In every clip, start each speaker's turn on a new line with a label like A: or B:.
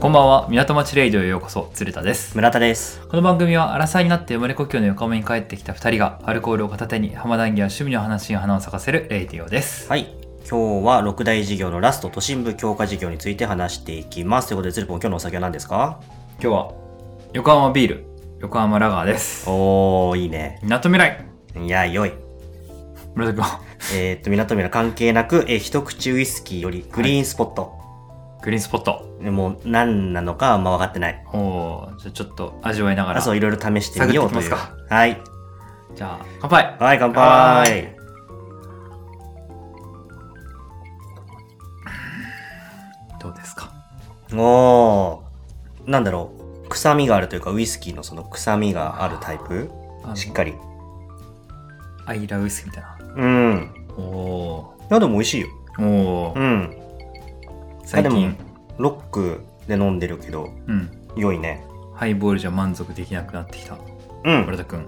A: こんばんは港町レイディオへようこそ鶴田です
B: 村田です。
A: この番組は荒沢になって生まれ故郷の横浜に帰ってきた2人がアルコールを片手に浜談義や趣味の話に花を咲かせるレイディオです
B: はい。今日は六大事業のラスト都心部強化事業について話していきます。ということで、ズルポン、今日のお酒は何ですか
A: 今日は横浜ビール横浜ラガーです
B: おー、いいね。
A: 港未来
B: いや、良い。
A: 村田君
B: えー、っと、港未来関係なく、えー一口ウイスキーよりグリーンスポット。
A: グリーンスポット
B: もう、何なのかあんま分かってない。
A: おーじゃあちょっと味わいなが
B: あ
A: ら
B: そう、いろいろ試してみようという。
A: 探って
B: はい。
A: じゃあ乾杯
B: はい、乾
A: は
B: 杯
A: い。どうですか
B: おー。なんだろう。臭みがあるというか、ウイスキーのその臭みがあるタイプ
A: あの
B: しっかり。
A: アイラウイスみたいな
B: うん。
A: おお
B: いや、でも美味しいよ。
A: ーおー
B: うん。
A: 最
B: あで
A: 近
B: もロックで飲んでるけど
A: うん
B: 良いね
A: ハイボールじゃ満足できなくなってきた
B: うん
A: 村田君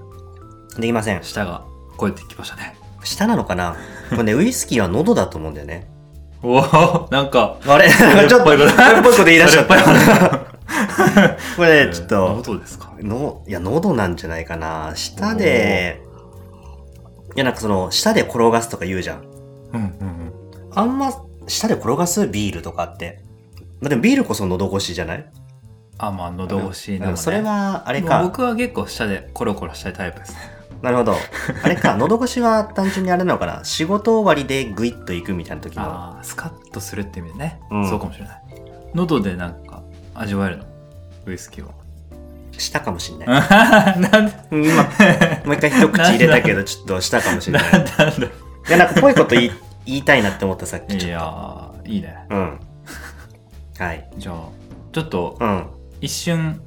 B: できません
A: 舌が超えてきましたね
B: 下なのかなこれね ウイスキーは喉だと思うんだよね
A: おおなんか
B: あれ ちょっと
A: それっぽいこと
B: それっぽいこと言い出しちゃっ
A: それっぽい
B: た
A: こ
B: これねちょっと
A: どうですか
B: のいや喉なんじゃないかな舌でいやなんかその舌で転がすとか言うじゃん
A: うんうん
B: あんま舌で転がすビールとかってまあでもビールこそ喉越しじゃない
A: あまあ喉越し
B: うんそれはあ
A: あ
B: れか
A: 僕は結構舌でコロコロしたいタイプですね
B: なるほど。あ れか、喉越しは単純にあれなのかな仕事終わりでグイッと行くみたいな時の。
A: ああスカッとするって意味でね、
B: うん
A: そうかもしれない喉でなんか味わえるのウイスキーを
B: したかもしんない。
A: なんだ
B: 今、もう一回一口入れた けど、ちょっとしたかもしんない。
A: なんだなんだ
B: いや、なんかぽいこと言い言いたいなって思ったさっき。
A: い
B: ちょっ
A: やーいいね
B: とうん。はい。
A: じゃあちょっと
B: うん。
A: 一瞬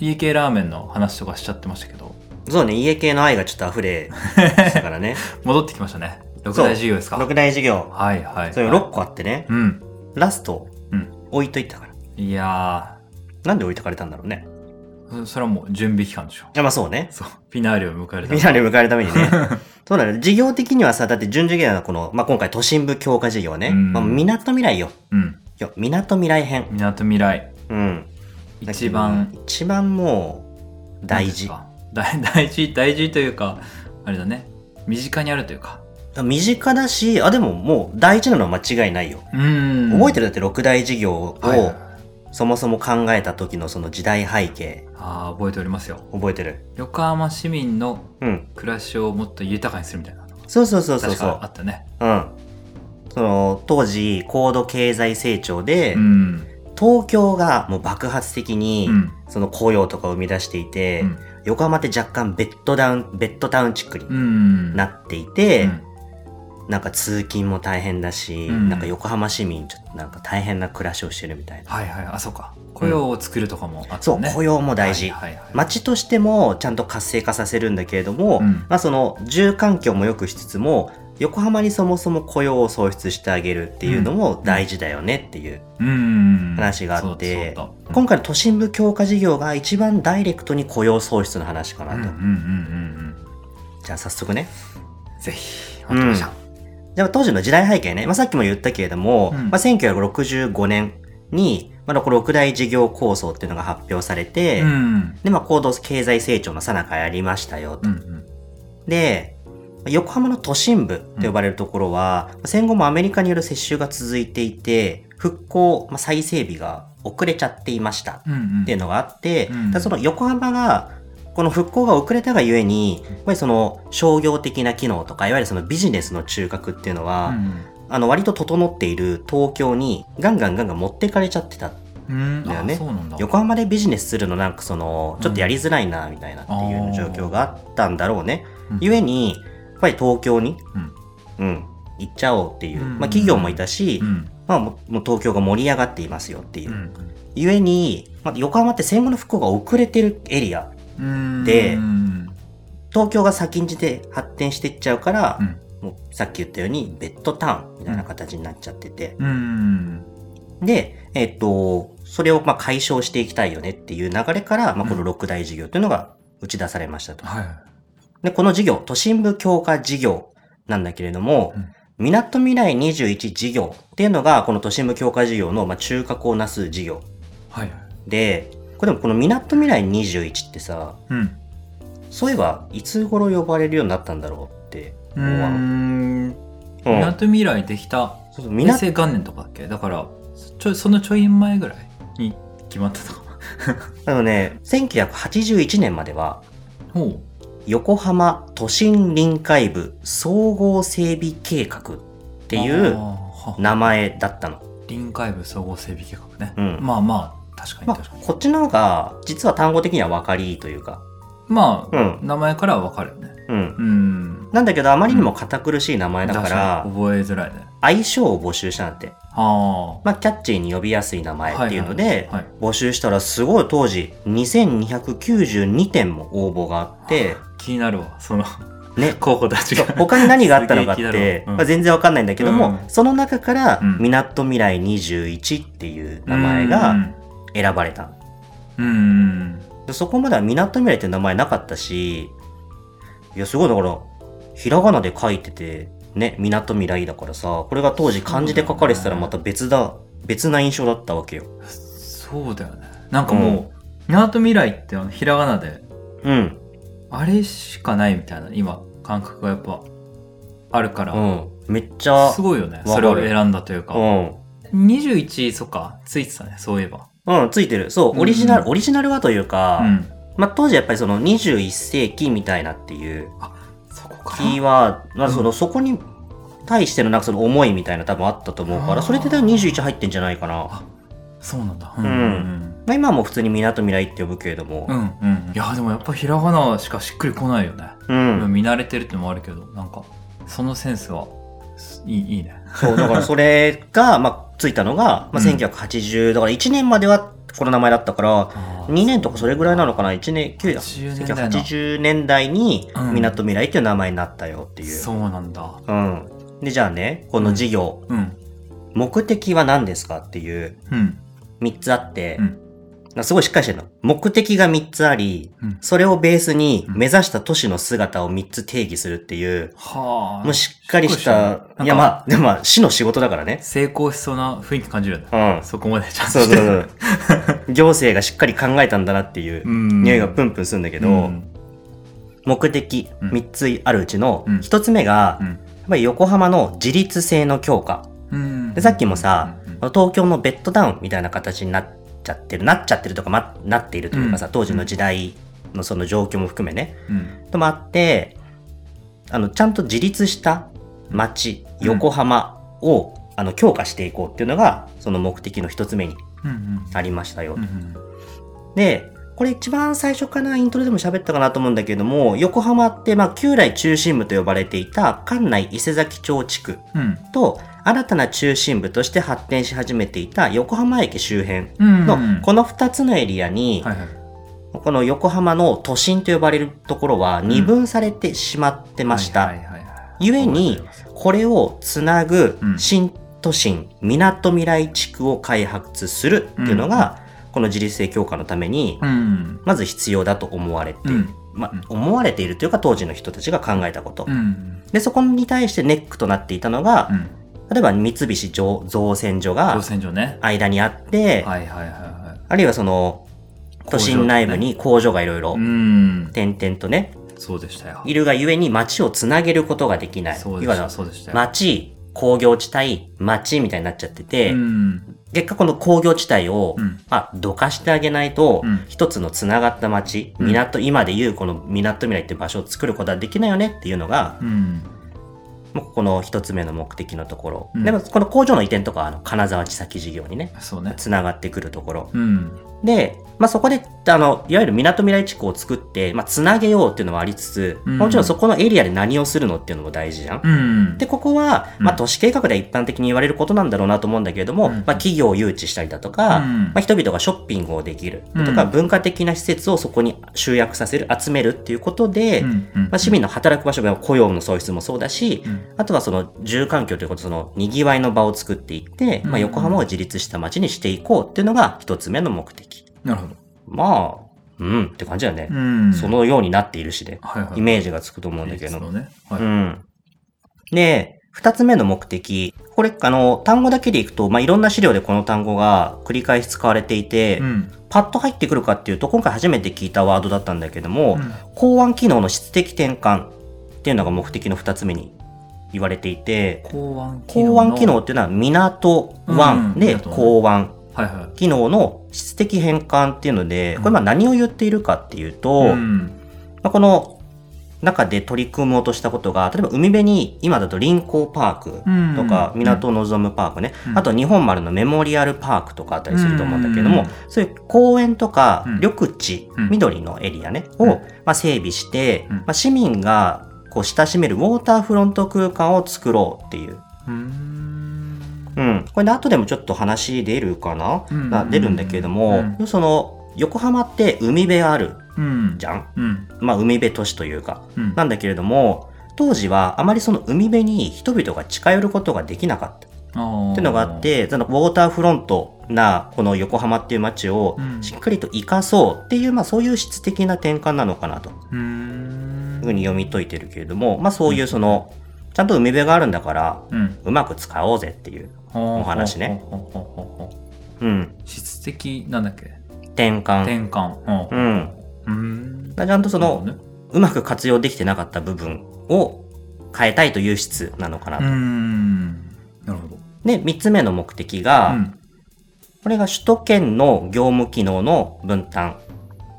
A: EK ラーメンの話とかしちゃってましたけど
B: そうね、家系の愛がちょっと溢れてたからね。
A: 戻ってきましたね六大事業ですか
B: 六大事業。
A: はいはい
B: そういう
A: はい
B: 6個あってね、
A: うん
B: ラスト
A: うん
B: 置いといたから。
A: いや
B: なんで置いとかれたんだろうね。
A: ーそそれはもう準備期間でしょ
B: いや、まあそうね。
A: そうフィナーレを迎えるため
B: みん
A: に
B: なで迎えるため にね。そうなの。事業的にはさ、だって準事業はこの、まあ、今回都心部強化事業ね。
A: うん
B: まあ、港未来よ。
A: うん
B: いや、港未来編。
A: みなとみらい
B: うん。
A: 一番。
B: 一番もう、大事。
A: なんですか大 大事大事というかあれだね身近にあるというか
B: 身近だし、あ、でももう大事なのは間違いないよ。
A: うん
B: 覚えて
A: る
B: るだって六大事業を、
A: はいはいはい
B: そもそも考えた時のその時代背景、
A: あー覚えておりますよ
B: 覚えてる
A: 横浜市民の
B: うん。
A: 暮らしをもっと豊かにするみたいな
B: そうそうそうそう
A: 確
B: そ
A: か
B: う
A: あ。ったね
B: うん。その、当時、高度経済成長で、
A: うん
B: 東京がもう爆発的に、
A: うん
B: その雇用とかを生み出していて、
A: うん
B: 横浜って若干ベッドダウン、ベッドタウン地区に
A: うん
B: なっていて、
A: うん
B: なんか通勤も大変だし、
A: うん
B: なんか横浜市民ちょっとなんか大変な暮らしをしてるみたいな。
A: はいはいあそうか雇用を作るとかもあったね
B: そう、雇用も大事。
A: はいはいはい
B: 街としてもちゃんと活性化させるんだけれども、
A: うん
B: まあその住環境も良くしつつも、横浜にそもそも雇用を創出してあげるっていうのも大事だよねっていう。
A: うん
B: 話があって
A: そうだそうだ
B: 今回の都心部強化事業が一番ダイレクトに雇用創出の話かな
A: うん
B: と。
A: うんうん
B: じゃあ早速ね。
A: うんうんぜひ待ってました、
B: でも当時の時代背景ね、まあ、さっきも言ったけれども、
A: うん
B: まあ、1965年に、まあ、この六大事業構想っていうのが発表されて、
A: うん
B: で、まあ、高度経済成長の最中やりましたよ
A: う
B: と。
A: んうん
B: で、横浜の都心部と呼ばれるところは、戦後もアメリカによる接種が続いていて、復興、まあ、再整備が遅れちゃっていました。
A: うんうん
B: っていうのがあって、
A: うん
B: ただその横浜がこの復興が遅れたがゆえにやっぱりその商業的な機能とかいわゆるそのビジネスの中核っていうのは、あの割と整っている東京にガンガンガンガン持ってかれちゃってた
A: うんうん
B: だよね
A: あそうなんだ
B: 横浜でビジネスするのなんかそのちょっとやりづらいなみたいなっていうような状況があったんだろうね、
A: うん
B: ゆえにやっぱり東京に
A: うん
B: うん、行っちゃおうってい
A: う
B: う、
A: ん
B: まあ、企業もいたし、
A: うん
B: まあ、もうもう東京が盛り上がっていますよっていうう、
A: ん
B: ゆえに、まあ、横浜って戦後の復興が遅れてるエリア
A: うん
B: で
A: うん
B: 東京が先んじて発展していっちゃうから
A: う、ん
B: もうさっき言ったようにベッドタウンみたいな形になっちゃってて、
A: うん
B: で、えっと、それをまあ解消していきたいよねっていう流れから、まあ、この六大事業というのが打ち出されましたと。
A: はい
B: で、この事業、都心部強化事業なんだけれども
A: うん、
B: みなとみらい21事業っていうのが、この都心部強化事業のまあ中核をなす事業
A: はいはい
B: でこれでもこの「みなとみらい21」ってさ
A: うん
B: そういえばいつ頃呼ばれるようになったんだろうって
A: う
B: 思わ
A: ー
B: ん
A: ん
B: うん
A: みなとみらいできた
B: そうそうみ
A: 平
B: な
A: 成元年とかだっけだからちょいそのちょい前ぐらいに決まったとか
B: あのね1981年までは
A: ほう
B: 横浜都心臨海部総合整備計画ってい
A: あー
B: う
A: は
B: 名前だったの。
A: 臨海部総合整備計画ね、
B: うん
A: まあまあ確かに
B: まあ
A: 確かに、、
B: こっちの方が実は単語的には分かりいいというか。
A: まあ、
B: うん。
A: 名前からは分かるよね
B: うん。
A: うん
B: なんだけどあまりにも堅苦しい名前だか
A: 確
B: ら
A: に覚えづらいね
B: 愛称を募集したんだって。
A: あ
B: まあキャッチーに呼びやすい名前っていうので
A: あはい
B: 募集したらすごい当時2292点も応募があって、
A: 気になるわその
B: ね。
A: 候補たちが
B: 他に何があったのかっ
A: すげえ
B: て、
A: 気になるわうん
B: まあ、全然わかんないんだけども、
A: うん
B: その中から
A: うん
B: 「みなとみらい21」っていう名前が選ばれた、
A: うんうん
B: でそこまでは「みなとみらい」って名前なかったしいやすごいだからひらがなで書いててね「みなとみらい」だからさこれが当時漢字で書かれてたらまた別だ別な印象だったわけよ
A: うんそうだよねなんかもう「港未来」ってあのひらがなで
B: うん
A: あれしかないみたいな今感覚がやっぱあるか
B: う
A: ら、
B: んめっちゃ
A: すごいよね
B: わかる
A: それを選んだというか、
B: うん
A: 21そっかついてたねそういえば
B: うん、ついてる。そうう、オリジナル、
A: うん
B: オリジナルはというか、
A: うん
B: まあ、当時やっぱりその21世紀みたいなっていう、
A: そこか
B: キーワード、まあそのそこに対してのなんかその思いみたいな多分あったと思うか
A: あー
B: ら、それで多分21入ってんじゃないかな。
A: あそうなんだ
B: まあ、今はもう普通にみなとみらいって呼ぶけれども
A: う、んうん、いやでもやっぱひらがなしかしっくりこないよね、
B: うん。
A: 見慣れてるってのもあるけどなんかそのセンスはいいいいね
B: そう、だからそれが、まあ、ついたのが、
A: う
B: まあ、
A: ん
B: 1980、だから1年まではこの名前だったから、2年とかそれぐらいなのかな、1年、9
A: 80年代の
B: 1980年代に
A: うん
B: みなとみらいっていう名前になったよっていう。
A: そうなんだ
B: うん。で、じゃあね、この事業、
A: うん
B: 目的は何ですかっていう
A: うん
B: 3つあって、
A: うん
B: なんかすごいしっかりしてるの。目的が3つあり、
A: うん
B: それをベースに
A: うん
B: 目指した都市の姿を3つ定義するっていう、
A: はあ
B: もうしっかりし
A: す
B: た
A: ごいし、ね
B: い
A: な
B: や
A: んか
B: まあ、でもまあ、市の仕事だから ね。
A: 成功しそうな雰囲気感じるよね
B: うん。
A: そこまでちゃんと
B: そう
A: し
B: そう
A: て
B: そう。行政がしっかり考えたんだなっていうう、
A: ん
B: 匂いがプンプンするんだけ
A: け
B: ど、
A: うん
B: 目的
A: うん
B: 3つあるうちの
A: うん
B: 1つ目が、
A: う
B: や
A: ん
B: っぱり横浜の自立性の強化。
A: うん
B: でさっきもさ
A: うんうん
B: 東京のベッドタウンみたいな形になっちゃってる、なっちゃってるとか、ま、なっているというかさ、
A: うん
B: 当時の時代のその状況も含めね、
A: うん
B: ともあって、あの、ちゃんと自立した街、
A: うん
B: 横浜を、あの、強化していこうっていうのが、その目的の一つ目に
A: うんうん
B: ありましたよ。
A: うんうん
B: で、これ一番最初かな、イントロでも喋ったかなと思うんだけども、横浜って、まあ、旧来中心部と呼ばれていた、館内伊勢崎町地区
A: うん
B: と、新たな中心部として発展し始めていた横浜駅周辺
A: うん
B: の、この2つのエリアに、
A: はいはい
B: この横浜の都心と呼ばれるところは二分されてしまってまし
A: は
B: た。
A: いはいはいはい
B: ゆえにこれをつなぐ
A: うん
B: 新都心みなとみらい地区を開発するっていうのが、この自立性強化のために、
A: うん
B: まず必要だと思われて、
A: うん
B: ま
A: うん
B: 思われているというか当時の人たちが考えたこと、
A: うん
B: でそこに対してネックとなっていたのが、
A: うん
B: 例えば三菱造造船所が
A: 造船所ね
B: 間にあって、
A: はいはいはいはい
B: あるいはその都心内部に工場がいろいろ
A: うん
B: 点々とね
A: そうでしたよ
B: いるがゆえに町をつなげることができない。
A: そうで
B: い
A: し
B: わ
A: た
B: ば
A: そうでしたよ
B: 町、工業地帯、町みたいになっちゃってて、
A: うん
B: 結果この工業地帯を、
A: うん
B: まあ、どかしてあげないと、
A: うん
B: 一つのつながった町、
A: うん
B: 港、今でいうこの港未来って場所を作ることはできないよねっていうのが、
A: うん
B: もうここの一つ目の目的のところ。
A: うん
B: でも、この工場の移転とかは、あの、金沢地先事業にね、
A: そうね
B: つながってくるところ。
A: うん
B: で、まあ、そこで、あの、いわゆる港未来地区を作って、まあ、つなげようっていうのもありつつ、
A: うん
B: もちろんそこのエリアで何をするのっていうのも大事じゃん。
A: うん
B: で、ここは、
A: うん
B: まあ、都市計画では一般的に言われることなんだろうなと思うんだけれども、
A: うん
B: まあ、企業を誘致したりだとか、
A: うん
B: まあ、人々がショッピングをできるとか、
A: うん
B: 文化的な施設をそこに集約させる、集めるっていうことで、
A: うん
B: ま
A: うん
B: あ、市民の働く場所が雇用の創出もそうだし、
A: うん
B: あとはその住環境ということ、その賑わいの場を作っていって、
A: うん
B: まあ、横浜を自立した街にしていこうっていうのが一つ目の目的。
A: なるほど
B: まあ、うんって感じだよね。
A: うん
B: そのようになっているしで、
A: はいはい
B: イメージがつくと思うんだけ
A: いい
B: ど
A: です。よねは
B: う
A: い
B: ん。で、二つ目の目的。これ、あの、単語だけでいくと、まあ、いろんな資料でこの単語が繰り返し使われていて、
A: うん
B: パッと入ってくるかっていうと、今回初めて聞いたワードだったんだけども、
A: うん
B: 公安機能の質的転換っていうのが目的の二つ目に言われていて、
A: 港湾機能の
B: 港湾機能っていうのは港湾
A: うん
B: で
A: 港湾
B: 港湾
A: はいは
B: 機能の質的変換っていうので、これまあ何を言っているかっていうと、
A: い、う
B: ま
A: ん
B: あ、この中で取り組もうとしたことが、例えば海辺に今だと臨港パークとか、
A: うん
B: 港を望むパークね、
A: うん
B: あと日本丸のメモリアルパークとかあったりすると思うんだけども、
A: うん
B: そういう公園とか
A: うん
B: 緑地、
A: うん
B: 緑のエリアね、
A: うん
B: をまあ整備して、
A: うん
B: まあ、市民がこう親しめるウォーターフロント空間を作ろうっていう
A: うーん
B: うん、これね後でもちょっと話出るかな、
A: うん
B: あ出るんだけれど
A: う
B: も、
A: ん
B: その横浜って海辺ある
A: うん
B: じゃん、
A: うん
B: まあ、海辺都市というか
A: うん
B: なんだけれども当時はあまりその海辺に人々が近寄ることができなかったっ
A: あー
B: ていうのがあってそのウォーターフロントなこの横浜っていう街を
A: うん
B: しっかりと生かそうっていう、まあ、そういう質的な転換なのかなという
A: ーん
B: ふうに読み解いてるけれども、まあ、そういうそのちゃんと海辺があるんだから
A: うん
B: うまく使おうぜっていう、
A: お
B: 話ね
A: ほうほうほうほうほ
B: うん、
A: う質的なんだっけ
B: 転換。
A: 転換
B: う
A: うん
B: ん
A: うーん
B: だからちゃんとそ
A: なるほ
B: の
A: どね
B: うまく活用できてなかった部分を変えたいという質なのかな
A: うー
B: と。
A: んなるほど
B: で、3つ目の目的が、
A: うん
B: これが首都圏の業務機能の分担。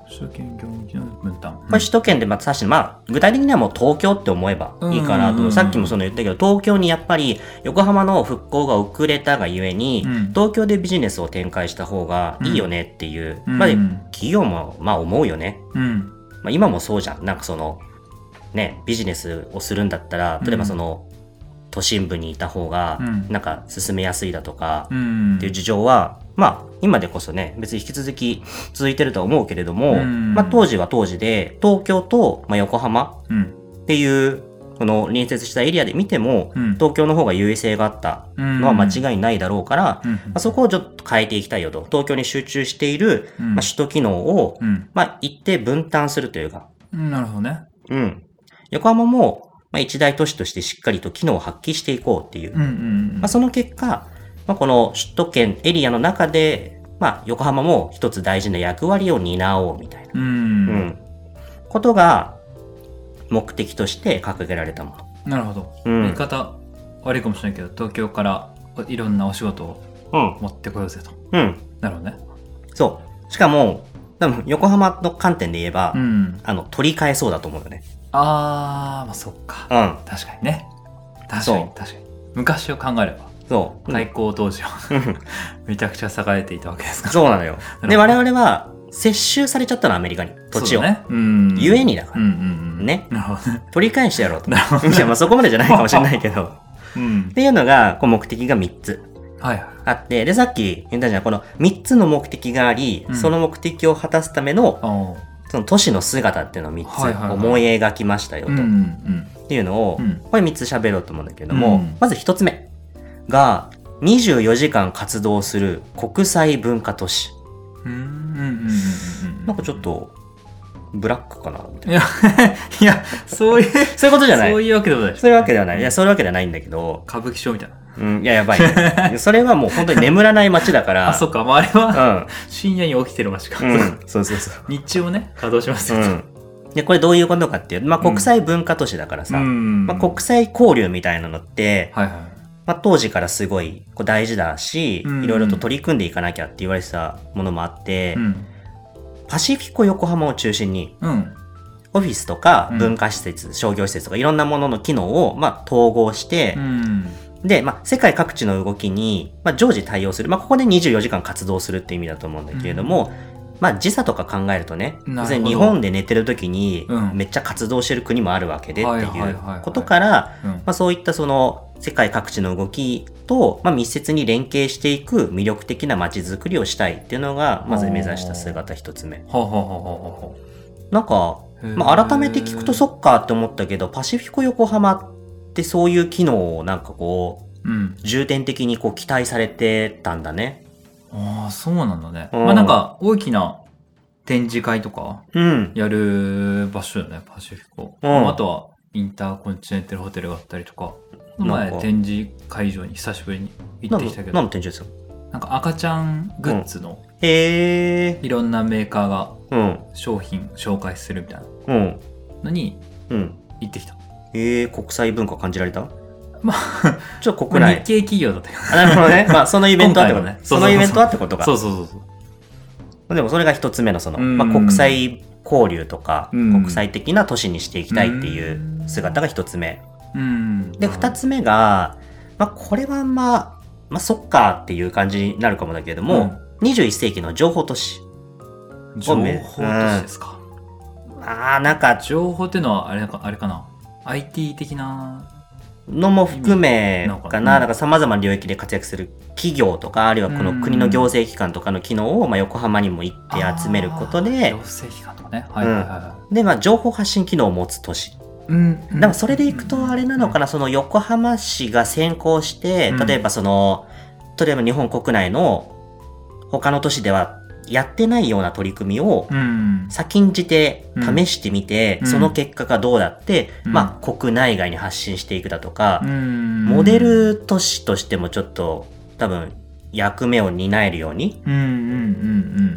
A: 首都圏業務機能分担
B: これ首都圏でまあ確かにまあ具体的にはもう東京って思えばいいかな
A: う
B: と
A: んうんう
B: 思
A: ん
B: う。さっきもその言ったけど、東京にやっぱり横浜の復興が遅れたがゆえに、
A: うん
B: 東京でビジネスを展開した方がいいよねっていう、
A: うん
B: まあ
A: うん
B: 企業もまあ思うよね。
A: うん
B: まあ、今もそうじゃん。なんかその、ね、ビジネスをするんだったら、
A: うん
B: 例えばその、都心部にいた方が
A: うん、
B: なんか進めやすいだとか
A: う、ん
B: っていう事情は、まあ、今でこそね、別に引き続き続いてるとは思うけれども、
A: うん
B: まあ当時は当時で、東京と、まあ、横浜
A: うん
B: っていう、この隣接したエリアで見ても、
A: うん
B: 東京の方が優位性があった
A: うん
B: のは間違いないだろうから、
A: うん
B: まあ、そこをちょっと変えていきたいよと。東京に集中している、
A: うん
B: まあ、首都機能を、
A: うん
B: まあ一定分担するというか、
A: うんなるほどね
B: うん。横浜も、まあ、一大都市としてしっかりと機能を発揮していこうっていう。
A: うんうん
B: まあ、その結果、まあ、この首都圏エリアの中で、まあ、横浜も一つ大事な役割を担おうみたいな、
A: う
B: うんん、ことが目的として掲げられたも
A: なるほど
B: の。うん。う
A: 言い
B: ん。
A: 方悪いかもしれないけど東京からいろんなお仕事を
B: うん。
A: 持ってこようぜとなるほどね
B: そう。しかも、多分横浜の観点で言えば、
A: うん
B: あの、取り返そうだと思うよね。
A: あーまあそっか
B: うん。
A: 確かにね確か
B: そ
A: に
B: う
A: 確かに昔を考えれば
B: そう。
A: 開港当時は めちゃくちゃ栄えていたわけですから
B: そうなのよ。
A: ほど
B: で、我々は、接収されちゃったの、アメリカに。土地
A: そう
B: を。
A: だねうん
B: ゆえにだ
A: う
B: か
A: んう
B: ら。
A: んうん
B: ね
A: なるほど ね
B: 取り返してやろうと。
A: なるほど
B: いや、まあそこまでじゃないかもしれないけど。
A: うん
B: っていうのが、こう目的が3つ
A: はいはい
B: あって、で、さっき言ったじゃん、この3つの目的があり、
A: うん
B: その目的を果たすための、
A: おう
B: その都市の姿っていうのを
A: はいはい
B: 3
A: はい
B: つ思い描きましたよと、
A: うんう
B: っ
A: ん
B: ていうのを、
A: うん
B: これ3つ喋ろうと思うんだけども、
A: うん
B: まず1つ目が、24時間活動する国際文化都市。
A: うんうんうんうんうん
B: なんかちょっと、ブラックかなみたい
A: い
B: な。
A: や いやそういう
B: そういうことじゃない
A: そういうわけでもないでしょ
B: そういうわけではない。いや、そういうわけではないんだけど、
A: 歌舞伎町みたいな
B: うん、いや、やばいね、それはもう本当に眠らない街だか ら、
A: あそっか、まあ、あれは
B: う
A: 深夜に起きてる街か、
B: ん。うん。 そうそうそう。
A: 日中もね稼働します
B: う
A: よ、
B: ん。で、これどういうことかっていうと、まあ、国際文化都市だからさ、
A: ん
B: まあ、国際交流みたいなのって、
A: はいはい
B: まあ、当時からすごいこう大事だし、
A: うん
B: いろいろと取り組んでいかなきゃって言われてたものもあって、
A: うん、
B: パシフィコ横浜を中心に、
A: うん、
B: オフィスとか
A: うん
B: 文化施設、商業施設とかいろんなものの機能を、まあ、統合して、
A: うん
B: で、まあ、世界各地の動きに、まあ、常時対応する。まあ、ここで24時間活動するって意味だと思うんだけれども、まあ、時差とか考えるとね、
A: なるほど
B: 別に日本で寝てる時に
A: う、ん
B: めっちゃ活動してる国もあるわけでって
A: はいいはいはいは
B: う
A: い
B: ことから、
A: うん
B: まあ、そういったその、世界各地の動きと、まあ、密接に連携していく魅力的な街づくりをしたいっていうのが、まず目指した姿一つ目。
A: ほうほうほうほうほ
B: なんか、
A: うほう
B: まあ、改めて聞くとそっかって思ったけど、パシフィコ横浜ってそういう機能をなんかこう、
A: うん
B: 重点的にこう期待されてたんだね。
A: ああそうなんだね、
B: うん
A: まあなんか大きな展示会とか
B: うん。
A: やる場所よねパシフィコ、
B: うん
A: あとはインターコンチネンタルホテルがあったりとかこの前
B: なんか
A: 展示会場に久しぶりに行ってきたけ
B: 何
A: ど
B: の展示ですか
A: なんか赤ちゃんグッズの
B: へえ
A: いろんなメーカーが
B: うん
A: 商品紹介するみたいな
B: うん
A: のに
B: うん
A: 行ってきた、
B: えー、国際文化感じられた
A: まあ、
B: ちょっと国
A: まあ日
B: 内
A: 系企業だったよ
B: あなるほ どねまあそのイベントはってこと
A: 今回は
B: ね
A: ねそうそうそ
B: そ
A: う
B: のイベントはってことか
A: そうそうそうそう
B: でもそれが一つ目のその、
A: うん
B: まあ、国際交流とか、
A: うん
B: 国際的な都市にしていきたいっていううん姿が一つ目。
A: うん
B: で、二つ目が、まあ、これはまあ、まあ、そっかっていう感じになるかもだけれども、21世紀の情報都市。
A: 情報都市ですか、
B: ああ、なんか、
A: 情報っていうのはあれなんかあれかな IT 的な
B: のも含め
A: なんか
B: か
A: うん
B: な、なんか様々な領域で活躍する企業とか、あるいはこ
A: う
B: の
A: ん
B: 国の行政機関とかの機能を、まあ、横浜にも行って集めること
A: あー
B: で
A: 行、政機関とかねはいはいはいは
B: で、まあ、情報発信機能を持つ都市。
A: い、うん
B: だからそれでいくとあれなのか
A: な、
B: な、その横浜市が先行して
A: うん、
B: 例えばその、例えば日本国内の他の都市ではやってないような取り組みを
A: うん、
B: 先んじて試してみて、
A: うん
B: その結果がどうだって、
A: うん
B: まあ国内外に発信していくだとか、
A: うん
B: モデル都市としてもちょっと多分役目を担えるように、
A: うんうんうんうんう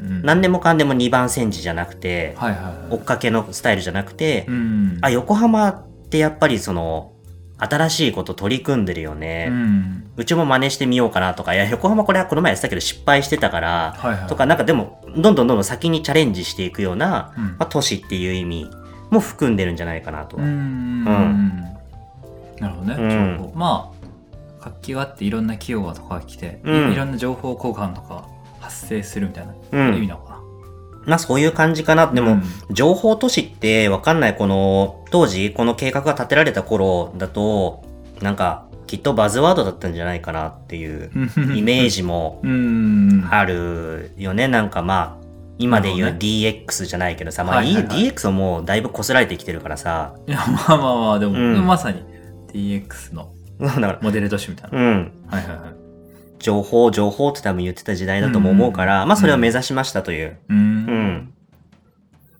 A: ん
B: 何でもかんでも2番煎じじゃなくて、
A: はいはいはい
B: 追っかけのスタイルじゃなくて、
A: うん
B: あ、横浜ってやっぱりその、新しいこと取り組んでるよね。ううんちも真似してみようかなとか、いや、横浜これはこの前やってたけど失敗してたから、
A: はいはい
B: とか、なんかでも、どんどんどんどん先にチャレンジしていくような、
A: うん
B: まあ、都市っていう意味も含んでるんじゃないかなと。
A: うんうんうんうんなるほどね、
B: うん
A: 情報まあ活気があっていろんな企業がとかが来て、
B: うん
A: いいろんな情報交換とか発生するみたいな
B: う
A: 意味
B: ん。
A: なのかな、
B: まあ、そういう感じかな。でも、
A: うん
B: 情報都市ってわかんない、この、当時、この計画が立てられた頃だと、なんか、きっとバズワードだったんじゃないかなっていうイメージも
A: うん
B: あるよね。なんかまあ、今で言
A: なる
B: う
A: ほ
B: DX じゃないけどさ、
A: はいはいはい
B: まあいい DX はもうだいぶこすられてきてるからさ、
A: いやまあまあまあでも、
B: うん
A: まさに DX の
B: だから、
A: モデル都市みたいな、
B: うん、
A: はいはいはい
B: 情報、情報って多分言ってた時代だとも思うから、まあそれを目指しましたという、
A: うーん
B: うん、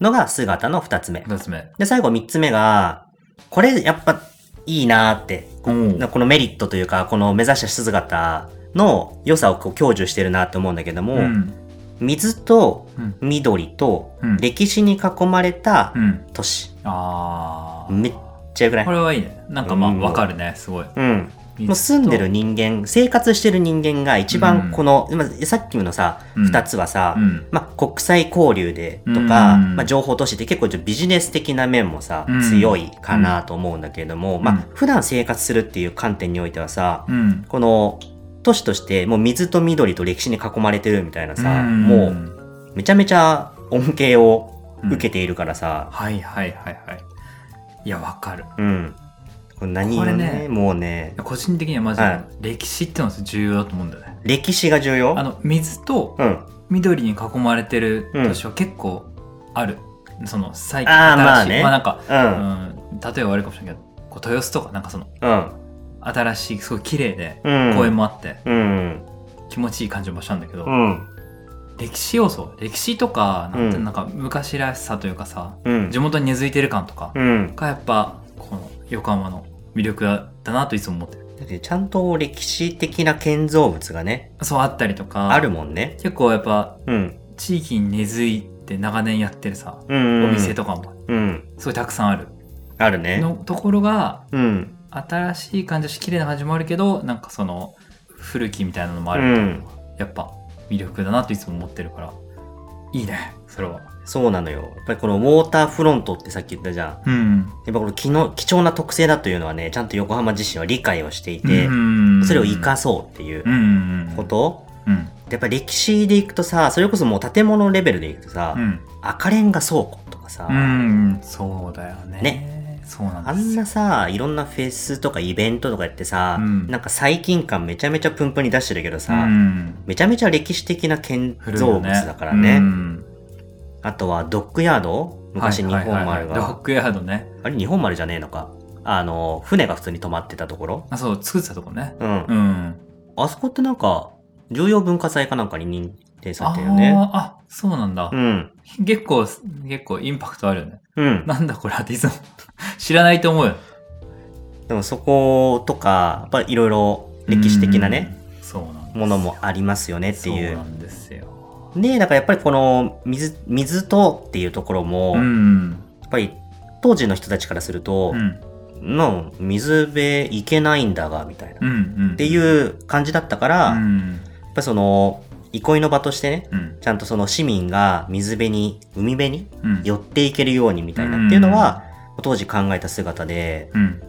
B: のが姿の二つ目。
A: 2つ目
B: で、最後三つ目が、これやっぱいいなーって、
A: お
B: なこのメリットというか、この目指した姿の良さをこう享受してるなって思うんだけども、
A: うん
B: 水と
A: うん
B: 緑と
A: うん
B: 歴史に囲まれた
A: うん
B: 都市。
A: ああ
B: めっちゃよくない
A: これはいいねなんかまあ
B: うん
A: わかるねすごい
B: うん。もう住んでる人間、生活してる人間が一番この、まあさっきのさ、
A: うん
B: 二つはさ、
A: うん
B: まあ、国際交流でとか、
A: うん
B: まあ、情報都市って結構ちょっとビジネス的な面もさ、
A: うん
B: 強いかなと思うんだけれども、
A: ん
B: まあ、普段生活するっていう観点においてはさ、
A: うん
B: この都市としてもう水と緑と歴史に囲まれてるみたいなさ、
A: ん
B: もうめちゃめちゃ恩恵を受けているからさ、
A: はいはいはいはいいやわかる
B: うん。これ何
A: こ
B: よ
A: れ
B: ね
A: ね
B: もうね、
A: 個人的にはマジ
B: は
A: で歴史ってのは重要だと思うんだよね
B: 歴史が重要
A: あの水と
B: うん。
A: 緑に囲まれてる都市は結構あるその最近
B: あーまあ
A: 新しい
B: ね
A: まあなんか
B: うん。
A: うん例えば悪いかもしれないけどこう豊洲とかなんかその
B: うん。
A: 新しいすごい綺麗で
B: うん。
A: 公園もあって
B: うん。
A: 気持ちいい感じの場所なんだけど、
B: うん。
A: 歴史要素歴史とかなんて
B: うん
A: なんか昔らしさというかさ、
B: うん
A: 地。元に根付いてる感とか
B: うん。
A: がやっぱこの横浜の魅力だなといつも思ってる
B: だってちゃんと歴史的な建造物がね、
A: そうあったりとか
B: あるもんね。
A: 結構やっぱ
B: うん。
A: 地域に根付いて長年やってるさ、
B: うん。
A: お店とかも
B: うん。
A: すごいたくさんある
B: あるね。
A: のところが
B: うん。
A: 新しい感じだし綺麗な感じもあるけどなんかその古きみたいなのもあ
B: う
A: る、
B: ん。
A: やっぱ魅力だなといつも思ってるからいいねそれは
B: そうなのよ。やっぱりこのウォーターフロントってさっき言ったじゃん。や
A: うん
B: っぱこの貴の貴重な特性だというのはね、ちゃんと横浜自身は理解をしていて、
A: うん
B: それを活かそうっていう
A: うんうんうん
B: こと。
A: うん
B: やっぱ歴史でいくとさ、それこそもう建物レベルでいくとさ、
A: うん
B: 赤レンガ倉庫とかさ、
A: うんそうだよねそうな
B: あ
A: んで
B: ん
A: すよ
B: なさ、いろんなフェスとかイベントとかやってさ、
A: うん
B: なんか最近感めちゃめちゃプンプンに出してるけどさ、
A: うん
B: めちゃめちゃ歴史的な建
A: 古い
B: 造
A: よ
B: 物だからね。
A: うん
B: あとはドックヤード昔日
A: はい
B: 本
A: はいはい
B: 丸
A: ド
B: が、
A: ッグヤードね
B: あれ日本丸じゃねえのか。あの、船が普通に止まってたところ。
A: あそう作ってたとこね
B: うん。
A: うん
B: あそこってなんか、重要文化財かなんかに認定さ
A: あ
B: れてるよね。
A: ーあそうなんだ
B: うん。
A: 結構結構インパクトあるよね
B: うん。
A: なんだこれはっていつも知らないと思うよ
B: でもそことか、やっぱいろいろ歴史的なね、
A: うんそうなんです
B: ものもありますよねってい
A: そう
B: う
A: な。んですよ
B: で、なんかやっぱりこの水、水とっていうところも、
A: う
B: や
A: ん
B: っぱり当時の人たちからすると
A: う、ん
B: の水辺行けないんだが、みたいな。
A: うんう
B: っ
A: ん
B: ていう感じだったから、
A: う
B: やっ
A: ん
B: ぱりその、憩いの場としてね、
A: うん
B: ちゃんとその市民が水辺に、海辺に
A: うん
B: 寄っていけるようにみたいなっていうのは、当時考えた姿で、
A: うん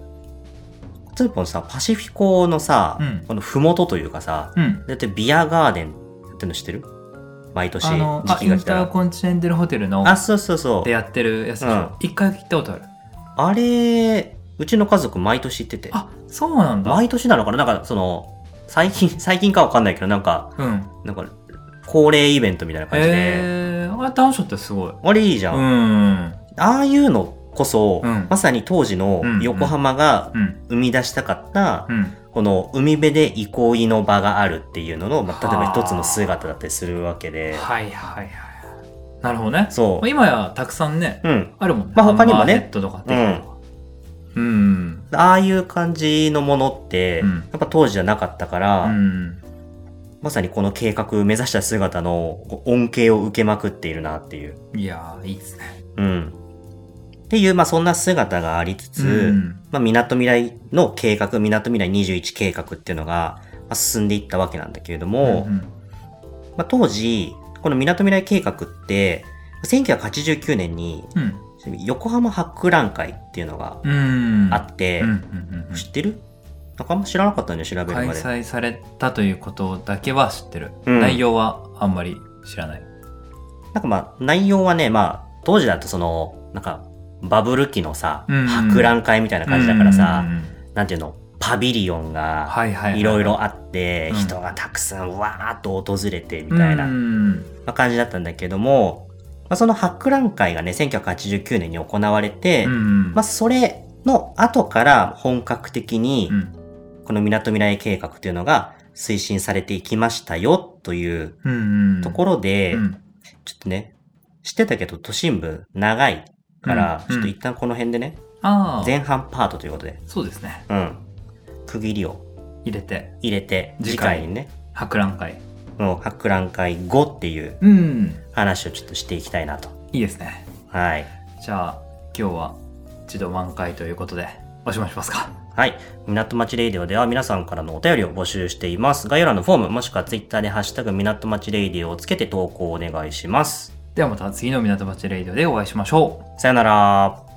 B: ツーポンさ、パシフィコのさ、
A: うん
B: この麓というかさ、
A: うん
B: だってビアガーデンやってるの知ってる毎年
A: あの
B: 時
A: あ
B: 期
A: イ
B: が
A: ン
B: 来た
A: ター
B: ら。
A: コンチネンテルホテルの
B: あ、そうそうそう
A: で。やってるやつでしょ一回行ったことある
B: あれ、うちの家族毎年行ってて。
A: あそうなんだ
B: 毎年なのかななんかその、最近、 最近かわかんないけど、なんか、
A: うん
B: なんか、恒例イベントみたいな感じで。
A: えーあれ楽しかったよすごい
B: あれいいじゃん。
A: う
B: あ
A: ん
B: あいうのこそ、
A: うん
B: まさに当時の
A: うん
B: 横浜が
A: うん
B: 生み出したかった、
A: うん
B: この海辺で憩いの場があるっていうのの、まあ、例えば
A: はあ
B: 一つの姿だったりするわけで。
A: はいはいはいなるほどね
B: そ
A: まあ今やたくさんね
B: う。うん。
A: あるもんね
B: まあ他に
A: ハ
B: もね
A: ンバーヘッドとかっていうのはうん
B: ああいう感じのものって、
A: うん
B: やっぱ当時じゃなかったから、
A: うん
B: まさにこの計画目指した姿のこう恩恵を受けまくっているなっていう。
A: いやーいいですね
B: うん。っていう、まあそんな姿がありつつ、
A: うん
B: まあ、港未来の計画、港未来21計画っていうのが、まあ進んでいったわけなんだけれども、
A: うん
B: まあ、当時、この港未来計画って、1989年に
A: うん
B: 横浜博覧会っていうのが
A: うん
B: あって、
A: うんうんうんうん
B: 知ってるなんかあんま知らなかったんだよ、調べる
A: 開
B: まで。
A: 催されたということだけは知ってる、
B: うん
A: 内容はあんまり知らない
B: なんかまあ、内容はね、まあ、当時だとその、なんか、バブル期のさ、
A: うん
B: 博覧会みたいな感じだからさ、
A: うんうんうん
B: なんていうの、パビリオンが、
A: はいはいはい
B: ろいろあって、
A: うん
B: 人がたくさんわーっと訪れてみたいな
A: う
B: ま
A: ん
B: あ感じだったんだけども、まあ、その博覧会がね、1989年に行われて、
A: うん
B: まあ、それの後から本格的に
A: う、ん
B: この港未来計画というのが推進されていきましたよという
A: うんうん
B: ところで、
A: うん
B: ちょっとね、知ってたけど都心部長いから、
A: うん
B: ちょっと一旦この辺でね、
A: ああ
B: 前半パートということで、
A: そうですね
B: うん、区切りを
A: 入れて
B: 入れて、
A: 次
B: 次
A: 回
B: 回にね、
A: 博覧会
B: この博覧会5っていう
A: うん
B: 話をちょっとしていきたいなと。
A: いいですね
B: はい。
A: じゃあ今日は一度満開ということでおしまいしますか
B: はい。港町レイディオでは皆さんからのお便りを募集しています。概要欄のフォーム、もしくはツイッターでハッシュタグ港町レイディオをつけて投稿お願いします。
A: ではまた次の港町レイディオでお会いしましょう
B: さよなら。